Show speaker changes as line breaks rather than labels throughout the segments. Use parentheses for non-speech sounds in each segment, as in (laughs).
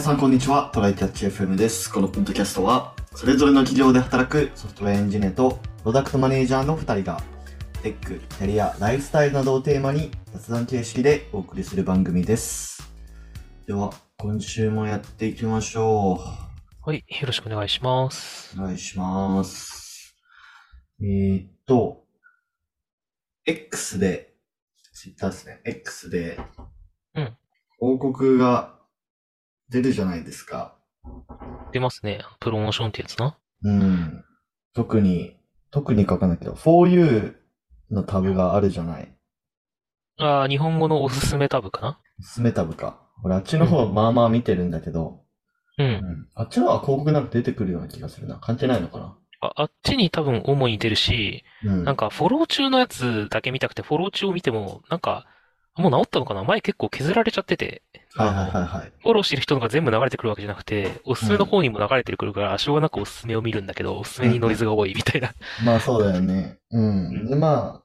さんこんにちは。トライキャッチ FM です。このポッドキャストは、それぞれの企業で働くソフトウェアエンジニアとプロダクトマネージャーの2人が、テック、キャリア、ライフスタイルなどをテーマに雑談形式でお送りする番組です。では、今週もやっていきましょ
はい、よろしくお願いします。
う。お願いします。えー、っと、X で、Twitter ですね。X で、
うん
報告が出るじゃないですか。
出ますね。プロモーションってやつな。
うん。特に、特に書かないけど、for you のタブがあるじゃない。
ああ、日本語のおすすめタブか
おすすめタブか。俺、あっちの方
うん
まあまあ見てるんだけど、
なう。
うんん。あっちの方は広告なんか出てくるような気がするな。関係ないのかな
あ、あっちに多分主に出るし、
うん。
なんかフォロー中のやつだけ見たくて、フォロー中を見ても、なんか、もう治ったのかな前結構削られちゃってて、
はいはいはいはい。
フォローしてる人のが全部流れてくるわけじゃなくて、おすすめの方にも流れてくるから、しょうがなくおすすめを見るんだけど、おすすめにノイズが多いみたいな。 (laughs)
まあそうだよね。う。
うんん
で、まあ、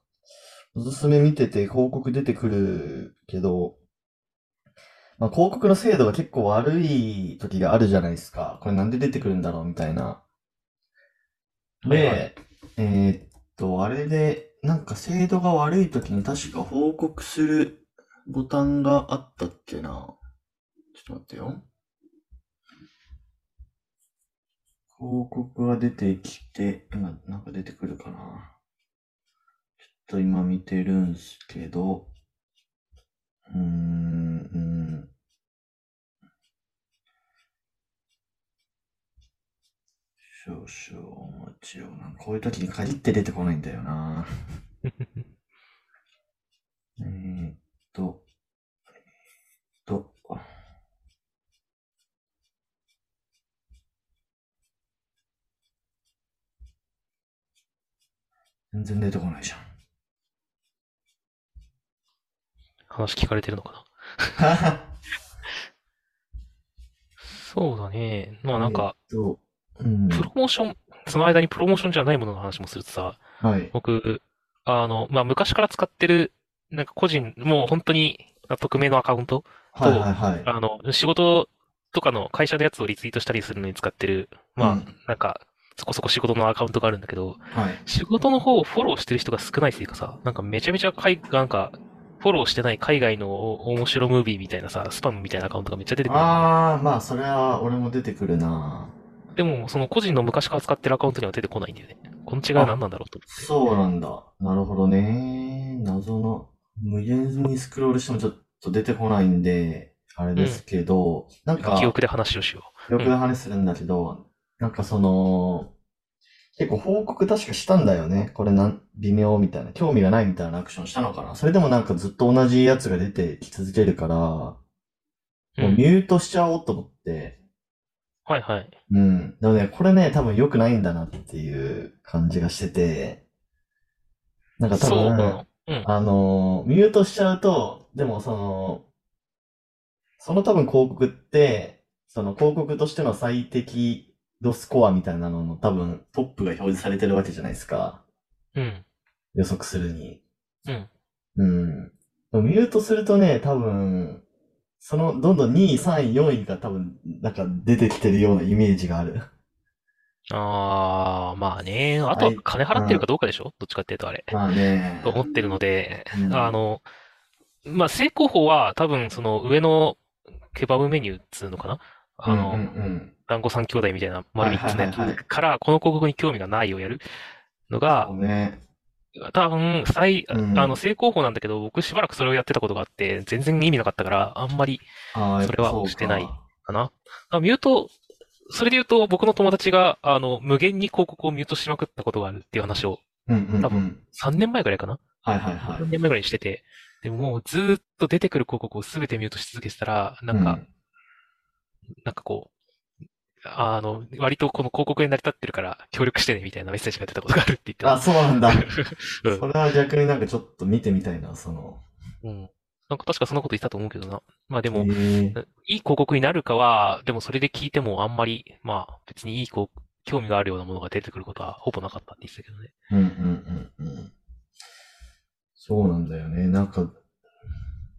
おすすめ見てて広告出てくるけど、まあ広告の精度が結構悪い時があるじゃないですか。これなんで出てくるんだろうみたいな。
はいは
で、えーっと、あれで、なんか精度が悪い時に確か報告するボタンがあったっけな。ちょっと待ってよ。広告が出てきて、今なんか出てくるかな。ちょっと今見てるんすけど、うーん、うん。少々お待ちをな。こういう時に限って出てこないんだよな。えーっと、えーっと、全然出てこないじゃん。
話聞かれてるのかなそうだね。まあなんか、
(laughs) と、うん。
プロモーション、その間にプロモーションじゃないものの話もするとさ、
はい。
僕、あの、まあ、昔から使ってる、なんか個人、もう本当に、あ匿名のアカウント、
はいはいはい。
あの、仕事とかの会社のやつをリツイートしたりするのに使ってる、まあ、
うん
なんか、そこそこ仕事のアカウントがあるんだけど、
はい。
仕事の方をフォローしてる人が少ないせいかさ、なんかめちゃめちゃ海、なんか、フォローしてない海外のお面白ムービーみたいなさ、スパムみたいなアカウントがめっちゃ出てくる。
ああ、まあ、それは俺も出てくるな。
でも、その個人の昔から使ってるアカウントには出てこないんだよね。この違いは何なんだろうと思って。
そうなんだ。なるほどね。謎の、無限にスクロールしてもちょっと出てこないんで、あれですけど、なんか、
記
よく
憶で話をしよ
話するんだけど、なんかその、結構報告確かしたんだよね。これなん、微妙みたいな、興味がないみたいなアクションしたのかな。それでもなんかずっと同じやつが出てき続けるから、も
う。
う
うん
ミュートしちゃおうと思って、
はいはい。
うん。でもね、これね、多分良くないんだなっていう感じがしてて、なんか多
そう
分、
なの。うん。
あのー、ミュートしちゃうと、でもその、その多分広告って、その広告としての最適度スコアみたいなのの多分トップが表示されてるわけじゃないですか。
うん。
予測するに。
うん。
うん。でもミュートするとね、多分、その、どんどん2位、3位、4位が多分、なんか出てきてるようなイメージがある。
ああ、まあね。あとは
はい
金払ってるかどうかでしょどっちかっていうとあれ。
まあね
と思ってるので、
うん
あの、まあ、正候補は多分その上のケバブメニューっつうのかなあ
うんう
の、
んうん。
団子三兄弟みたいな丸3つのやつ
はいはいはいはい
から、この広告に興味がないをやるのが
そう、ね。
多分、最、あ
うん
の、正候補なんだけど、僕しばらくそれをやってたことがあって、全然意味なかったから、あんまり
ああ、
それは
やっぱそう
してない
か。
かな。あ、ミュート、それで言うと、僕の友達が、あの、無限に広告をミュートしまくったことがあるっていう話を、
うんうんうん。
多分3年前ぐらいかな
はいはいはい
?3。年前ぐらいにしてて、でももうずーっと出てくる広告を全てミュートし続けてたら、なんか、なんかこう、あの、割とこの広告に成り立ってるから、協力してね、みたいなメッセージが出たことがあるって言って
うん、あ、
た。
そうなんだ。
(laughs) うん
それは逆になんかちょっと見てみたいな、その。
うん。なんか確かそんなこと言ってたと思うけどな。まあでも、
ええ
いい広告になるかは、でもそれで聞いてもあんまり、まあ別にいい広告、興味があるようなものが出てくることはほぼなかったって言ってたけどね。
うんうんうんうん。そうなんだよね。なんか、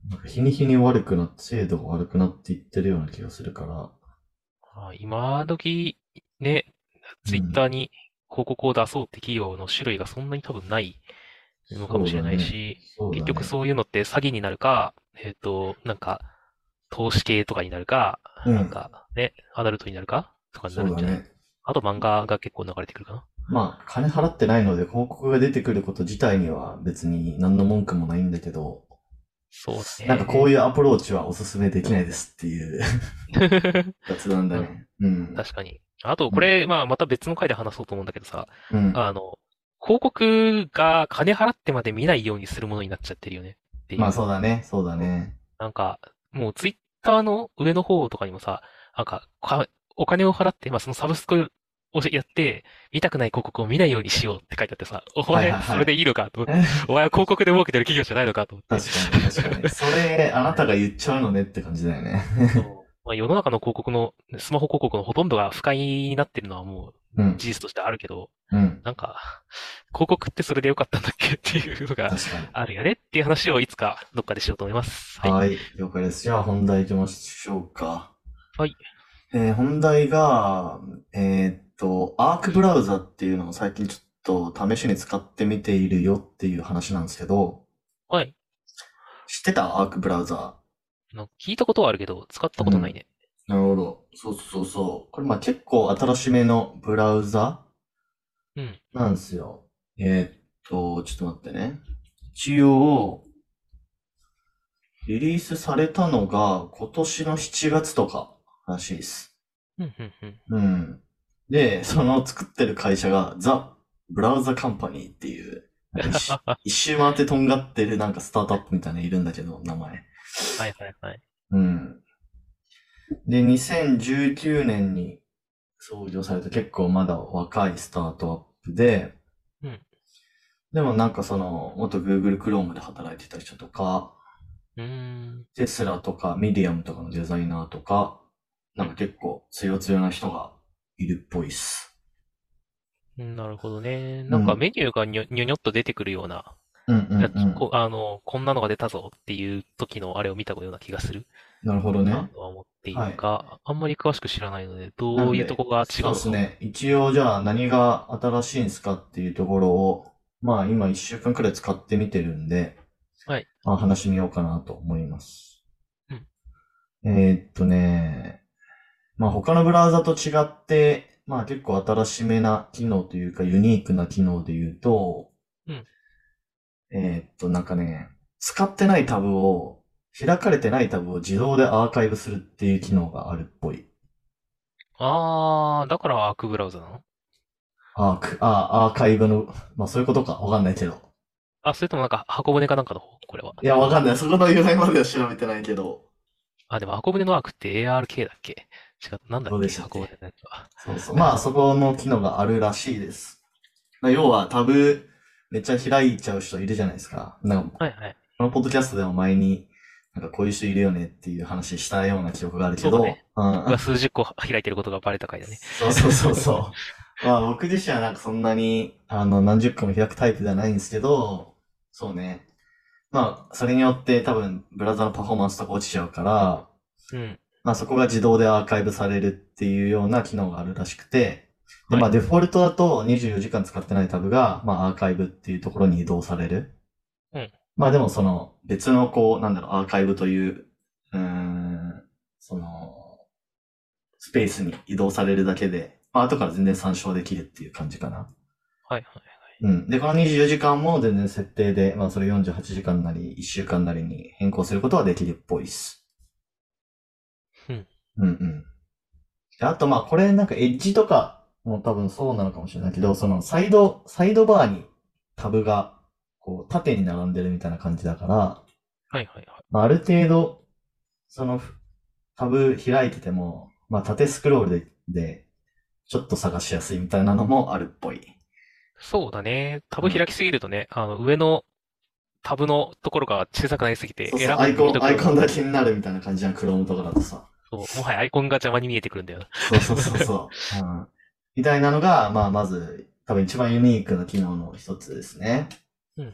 なんか日に日に悪くなって、精度が悪くなっていってるような気がするから、
あ今時ね、
うん
ツイッターに広告を出そうって企業の種類がそんなに多分ないのかもしれないし、
そうだね
結局そういうのって詐欺になるか、えっと、なんか、投資系とかになるか、
うん
なんかね、アダルトになるかとかに
そう
なるん
だ
じゃない
ね。
あと漫画が結構流れてくるかな。
まあ、金払ってないので、広告が出てくること自体には別に何の文句もないんだけど、
そうね。
なんかこう
(laughs)
いうアプローチはおすすめできないですっていう雑談だね。うん。
確かに。あと、これ、まあ、また別の回で話そうと思うんだけどさ、
うん、
あの、広告が金払ってまで見ないようにするものになっちゃってるよねっていう。
まあそうだね、そうだね。
なんか、もうツイッターの上の方とかにもさ、なんか、かお金を払って、まあ、そのサブスクをやって、見たくない広告を見ないようにしようって書いてあってさ、お
はい
前、
はいはい
それでいいのかと思って、
(laughs) 確
お前は広告で儲けてる企業じゃないのかと思って。
かに、確
(laughs)
かに。それ、あなたが言っちゃうのねって感じだよね。
そうまあ、世の中の広告の、スマホ広告のほとんどが不快になってるのはも
う。
うん事実としてあるけど、
うん。
なんか、広告ってそれでよかったんだっけっていう
(laughs)
のが
確か
あるよねっていう話をいつかどっかでしようと思います。
に。
はい。
はい、了解です。じゃあ本題行きましょうか。
はい。
えー本題が、えーっと、アークブラウザっていうのを最近ちょっと試しに使ってみているよっていう話なんですけど、
はい。
知ってたアークブラウザー。
なんか聞いたことはあるけど、使ったことないね。
なるほど。そうそうそう。これまあ結構新しめのブラウザ
うん。
なんですよ。えーっと、ちょっと待ってね。一応、リリースされたのが今年の7月とからしいです。
うん、うん、うん。
うん。で、その作ってる会社がザ・ブラウザ・カンパニーっていう、なんか一一周回ってとんがってるなんかスタートアップみたいなのいるんだけど、名前。
はい、はい、はい。
うん。で、2019年に創業された結構まだ若いスタートアップで、
うん
でもなんかその、元 Google Chrome で働いてた人とか、
うーん。
テスラとかミディアムとかのデザイナーとか、なんか結構強強な人がいるっぽいっす。
なるほどね。なんかメニューがにょにょにょっと出てくるような、
うんうん
やつこあの、こんなのが出たぞっていう時のあれを見たような気がする
なるほど
な
ね。
とは思っているが、あんまり詳しく知らないので、どういうとこが違う
そう
の
ですね。一応じゃあ何が新しいんですかっていうところを、まあ今1週間くらい使ってみてるんで、
はい。
まあ話してみようかなと思います。
うん
えーっとね、まあ他のブラウザと違って、まあ結構新しめな機能というかユニークな機能で言うと、
うん
えーっとなんかね、使ってないタブを、開かれてないタブを自動でアーカイブするっていう機能があるっぽい。
あー、だからアークブラウザなの
アーク、あーアーカイブの、まあそういうことか、わかんないけど。
あ、それともなんか箱舟かなんかの方これは。
いや、わかんない。そこの由来までは調べてないけど。
あ、でも箱舟のアークって ARK だっけ違った、なんだっ
そうで
け
したっけ
箱舟のやつは。
そうそう。まあそこの機能があるらしいです。まあ要はタブ、めっちゃ開いちゃう人いるじゃないですか。なんか、
はいはい。
このポッドキャストでも前に、なんかこういう人いるよねっていう話したような記憶があるけ
そう
ど、
だね僕が数十個開いてることがバレた回だね。
そうそうそうそう。まあ僕自身はなんかそんなに、あの、何十個も開くタイプではないんですけど、そうね。まあ、それによって多分、ブラザーのパフォーマンスとか落ちちゃうから、
うん。
まあそこが自動でアーカイブされるっていうような機能があるらしくて、で、ま
は
あデフォルトだと24時間使ってないタブが、まあアーカイブっていうところに移動される。
うん
まあでもその別のこう、なんだろう、アーカイブという、うーん、その、スペースに移動されるだけで、まあ後から全然参照できるっていう感じかな。
はいはい。
うん。で、この24時間も全然設定で、まあそれ48時間なり、1週間なりに変更することはできるっぽいっす。
うん。
うんうん。であとまあこれなんかエッジとかも多分そうなのかもしれないけど、そのサイド、サイドバーにタブがこう縦に並んでるみたいな感じだから、
はいはいはい。
まあ、ある程度、そのふタブ開いてても、まあ縦スクロールで、で、ちょっと探しやすいみたいなのもあるっぽい。
そうだね。タブ開きすぎるとね、あの、上のタブのところが小さくなりすぎて、
そうそう
選ぶ
アイコ
と
ン、
こ
ア
ろ
イ
が
コンだけになるみたいな感じじゃん、クロームとかだとさ。
そう、もはやアイコンが邪魔に見えてくるんだよな。
そうそうそうそう。
(laughs)
うん。みたいなのが、まあ、まず、多分一番ユニークな機能の一つですね。
うんうん。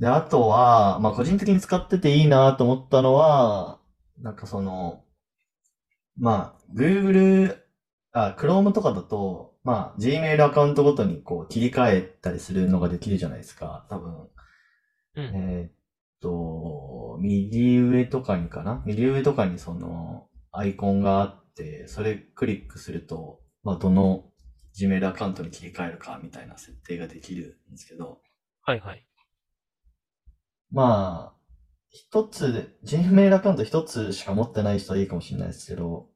で、あとは、まあ、個人的に使ってていいなと思ったのは、なんかその、まあ、Google、あ、Chrome とかだと、まあ、Gmail アカウントごとにこう切り替えたりするのができるじゃないですか。多分、
うん。
えーっと、右上とかにかな右上とかにそのアイコンがあって、それクリックすると、まあ、どの Gmail アカウントに切り替えるかみたいな設定ができるんですけど、
はいはい。
まあ、一つ、Gmail アカウント一つしか持ってない人はいいかもしれないですけど、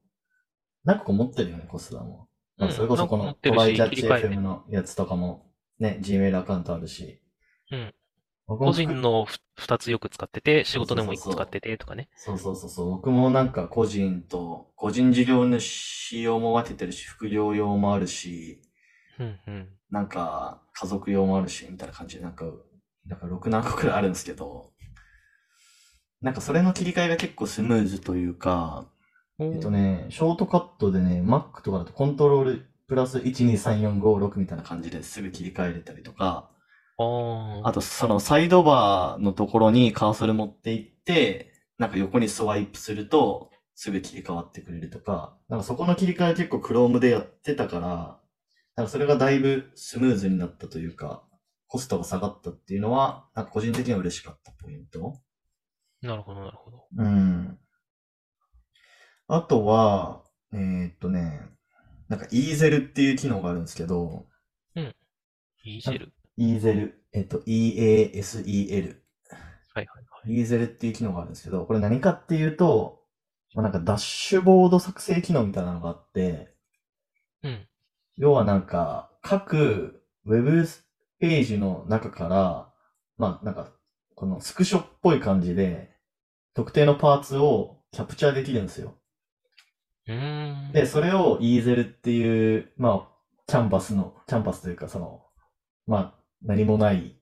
何個か持ってるよね、コスダも。まあ、
うん
それこそこの
なんか持ってるし
トライキャッチ
切り替えて
FM のやつとかも、ね、Gmail アカウントあるし。
うん
僕も
個人のふ二つよく使ってて、仕事でも一個
そうそうそう
使っててとかね。
そうそうそうそう。僕もなんか個人と、個人事業主用も分けてるし、副業用もあるし、
うんうん。
なんか家族用もあるし、みたいな感じで、なんか、なんか6何個くらいあるんですけど、なんかそれの切り替えが結構スムーズというか、えっとね、ショートカットでね、Mac とかだとコントロールプラス123456みたいな感じですぐ切り替えれたりとか、
あ
あ
あ。
とそのサイドバーのところにカーソル持っていって、なんか横にスワイプするとすぐ切り替わってくれるとか、なんかそこの切り替え結構 Chrome でやってたから、なんかそれがだいぶスムーズになったというか、コストが下がったっていうのは、なんか個人的には嬉しかったポイント。
なるほど、なるほど。
うん。あとは、えーっとね、なんかイーゼルっていう機能があるんですけど、
イージェル。
イーゼル、えっと、EASEL。
はいはいはい。
イーゼルっていう機能があるんですけど、これ何かっていうと、まあ、なんかダッシュボード作成機能みたいなのがあって、
うん。
要はなんか、各ウェブページの中から、まあなんか、このスクショっぽい感じで、特定のパーツをキャプチャーできるんですよ。
うーん。
で、それをイーゼルっていう、まあ、キャンバスの、キャンバスというか、その、まあ、何もない、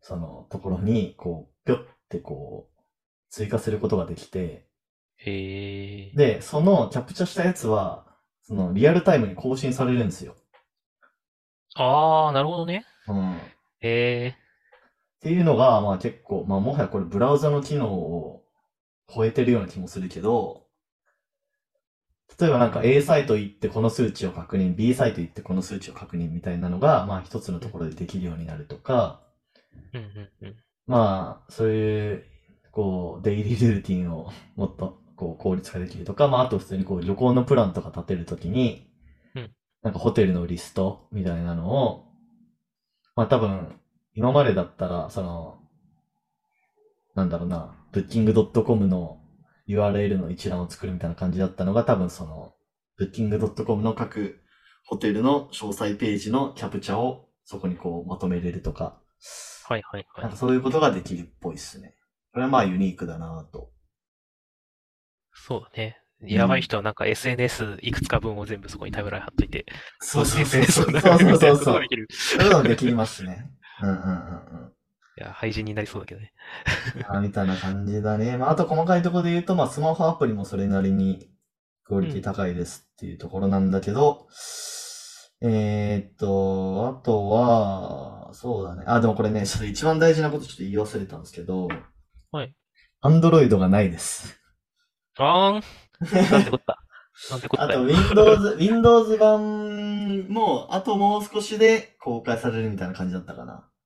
その、ところに、こう、ぴょってこう、追加することができて、
へえ。
で、そのキャプチャしたやつは、その、リアルタイムに更新されるんですよ。
ああ、なるほどね。
うん。っ
へえ。
ていうのが、まあ結構、まあもはやこれブラウザの機能を超えてるような気もするけど、例えばなんか A サイト行ってこの数値を確認、B サイト行ってこの数値を確認みたいなのが、まあ一つのところでできるようになるとか、
うんうんうん。
まあそういう、こう、デイリールーティンをもっとこう効率化できるとか、まああと普通にこう旅行のプランとか立てるときに
うん、
なんかホテルのリストみたいなのを、まあ多分、今までだったら、その、なんだろうな、ブッキング .com の URL の一覧を作るみたいな感じだったのが、多分その、ブッキング .com の各ホテルの詳細ページのキャプチャーをそこにこうまとめれるとか、
はいはいは
なん
い
か。そういうことができるっぽいっすね。これはまあユニークだなぁと。
そうだね。やばい人はなんか SNS いくつか分を全部そこにタイムライン貼っといて、
そうそうそう
SNS
そ
を
う。
流
そう
れる
そう
み
そ
たい
う
なこと
そ
が
う
で。きる。
そういうのできますね。うんうんうんうん。
いや、廃人になりそうだけどね。
あーみたいな感じだね。まあ、あと細かいところで言うと、まあ、スマホアプリもそれなりにクオリティ高いですっていうところなんだけど、えーっと、あとは、そうだね。あ、でもこれね、ちょっと一番大事なことちょっと言い忘れたんですけど、
はい。
Android がないです。
あーん。なんてこった。なんてこっ
あ
た
と、
よ。
Windows、Windows 版も、あともう少しで公開されるみたいな感じだったかな。
(laughs)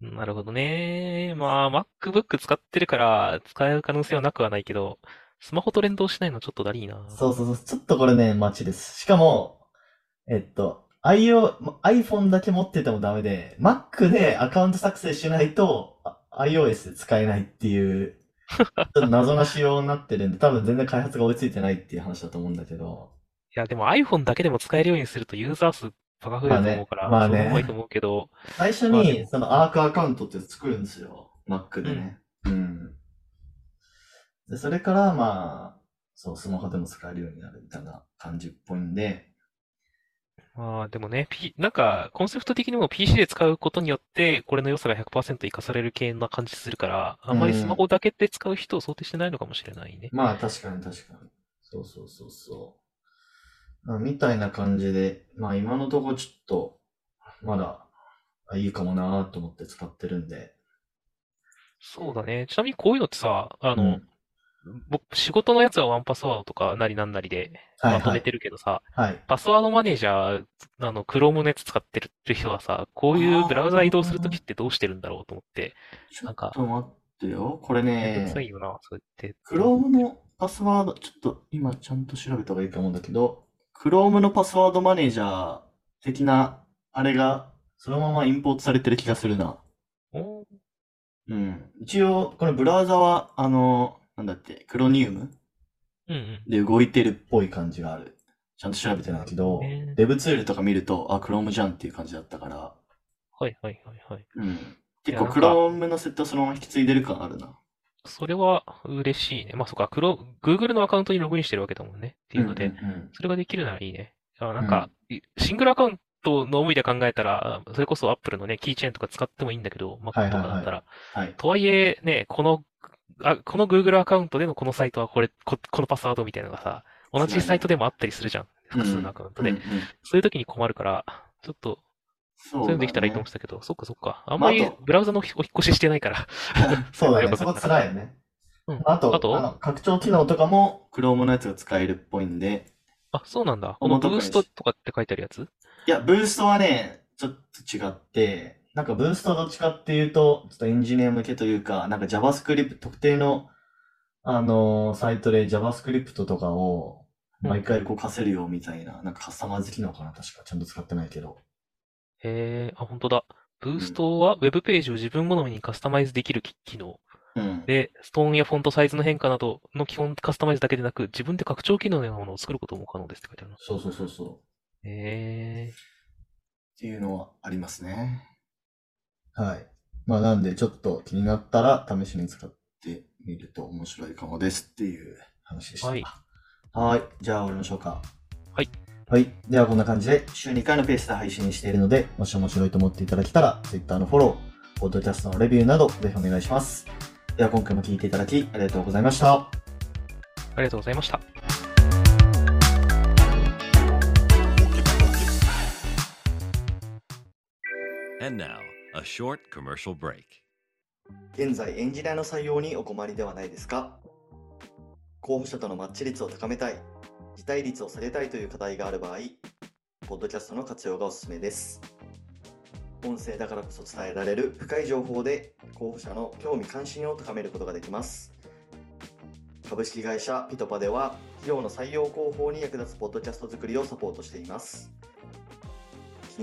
なるほどね。まあ、MacBook 使ってるから使える可能性はなくはないけど、スマホと連動しないのちょっとだりーな。
そうそうそう。ちょっとこれね、待ちです。しかも、えっと、IO、iPhone だけ持っててもダメで、Mac でアカウント作成しないと、あ iOS で使えないって
(laughs)
いう、ちょっと謎な仕様になってるんで、多分全然開発が追いついてないっていう話だと思うんだけど、
いや、でも iPhone だけでも使えるようにするとユーザー数バカ増えると思うから、
まあねまあね
その方がいいと思うけど、
最初
まあで
に
も
そのアークアカウントって作るんですよ。Mac でね。うん。で、それから、まあ、そう、スマホでも使えるようになるみたいな感じっぽいんで、
まあでもね、P、なんかコンセプト的にも PC で使うことによって、これの良さが100%活かされる系な感じするから、あんまりスマホだけで使う人を想定してないのかもしれないね。
まあ確かに確かに。そうそうそうそう。まあみたいな感じで、まあ今のとこちょっと、まだあいいかもなーと思って使ってるんで。
そうだね。ちなみにこういうのってさ、あ
あ
の、僕、仕事のやつはワンパスワードとかなりなんなりで
はい
まと
は
め
い。
てるけどさ、
はい。
パスワードマネージャー、あの、Chrome のやつ使ってるって人はさ、こういうブラウザ移動するときってどうしてるんだろうと思って、
ちょ
なん
っ
か
と待ってよ。これ
めんどくさ
ね、
いよな、そうやって。
Chrome のパスワード、ちょっと今ちゃんと調べた方がいいと思うんだけど、Chrome のパスワードマネージャー的な、あれが、そのままインポートされてる気がするな。
おー
うん。一応、このブラウザは、あの、なんだっけ、クロニウム
うんうん。
で動いてるっぽい感じがある。ちゃんと調べてないけど、
ね
Web ツールとか見ると、あ、クロームじゃんっていう感じだったから、
はいはいはいはい。
うん。
い
結
や
構
なん
ク
か
ロームのセットそのまま引き継いでる感あるな。
それは嬉しいね。まあ、そっか、クロ、Google のアカウントにログインしてるわけだもんね。っていうので、
うんうんうん
それができるならいいね。あ、なんか、いシングルアカウントの思いで考えたら、それこそ Apple のね、キーチェーンとか使ってもいいんだけど、Mac
はいはい
と
はい
かだったら。
はい。
とはいえ、ね、この、あ、この Google アカウントでのこのサイトはこれ、こ、このパスワードみたいなのがさ、同じサイトでもあったりするじゃん。複数のアカウントで。
うんうん
そういう時に困るから、ちょっと、
そう
そういうのできたらいいと思
だね
ってたけど、そっかそっか。あんまり
まああと
ブラウザのお引お引っ越ししてないから。
そうだ
よ
ね、
く
そこ辛いよね。
うん
あと、
あと
あの拡張機能とかも、クロームのやつが使えるっぽいんで、
あ、そうなんだ。こ
思
の
った
ブ
くら
ー
いで
ス
す
トとかって書いてあるやつ
いや、ブーストはね、ちょっと違って、なんかブーストはどっちかっていうと、ちょっとエンジニア向けというか、なんか JavaScript、特定の、あのーサイトで JavaScript とかを
うん
毎回動かせるよみたいな、なんかカスタマーズ機能かな、確か。ちゃんと使ってないけど。
へえ、あ、本当だ。ブーストはウェブページを自分好みにカスタマイズできる機機能。
うん。
で、ストーンやフォントサイズの変化などの基本カスタマイズだけでなく、自分で拡張機能のようなものを作ることも可能ですって書いてあるな。
そうそうそうそう。っ
へえ。
ていうのはありますね。はい。まあ、なんで、ちょっと気になったら試しに使ってみると面白いかもですっていう話でした。
はい
はい。じゃあ、終わりましょうか。
はい。
はい。では、こんな感じで、週2回のペースで配信しているので、もし面白いと思っていただけたら、Twitter のフォロー、ポッドキャストのレビューなど、ぜひお願いします。では、今回も聞いていただき、ありがとうございました。
ありがとうございました。
And now, a short commercial break.
現在エンジニアの採用にお困りではないですか候補者とのマッチ率を高めたい辞退率を下げたいという課題がある場合ポッドキャストの活用がおすすめです音声だからこそ伝えられる深い情報で候補者の興味関心を高めることができます株式会社ピトパでは企業の採用広報に役立つポッドキャスト作りをサポートしています気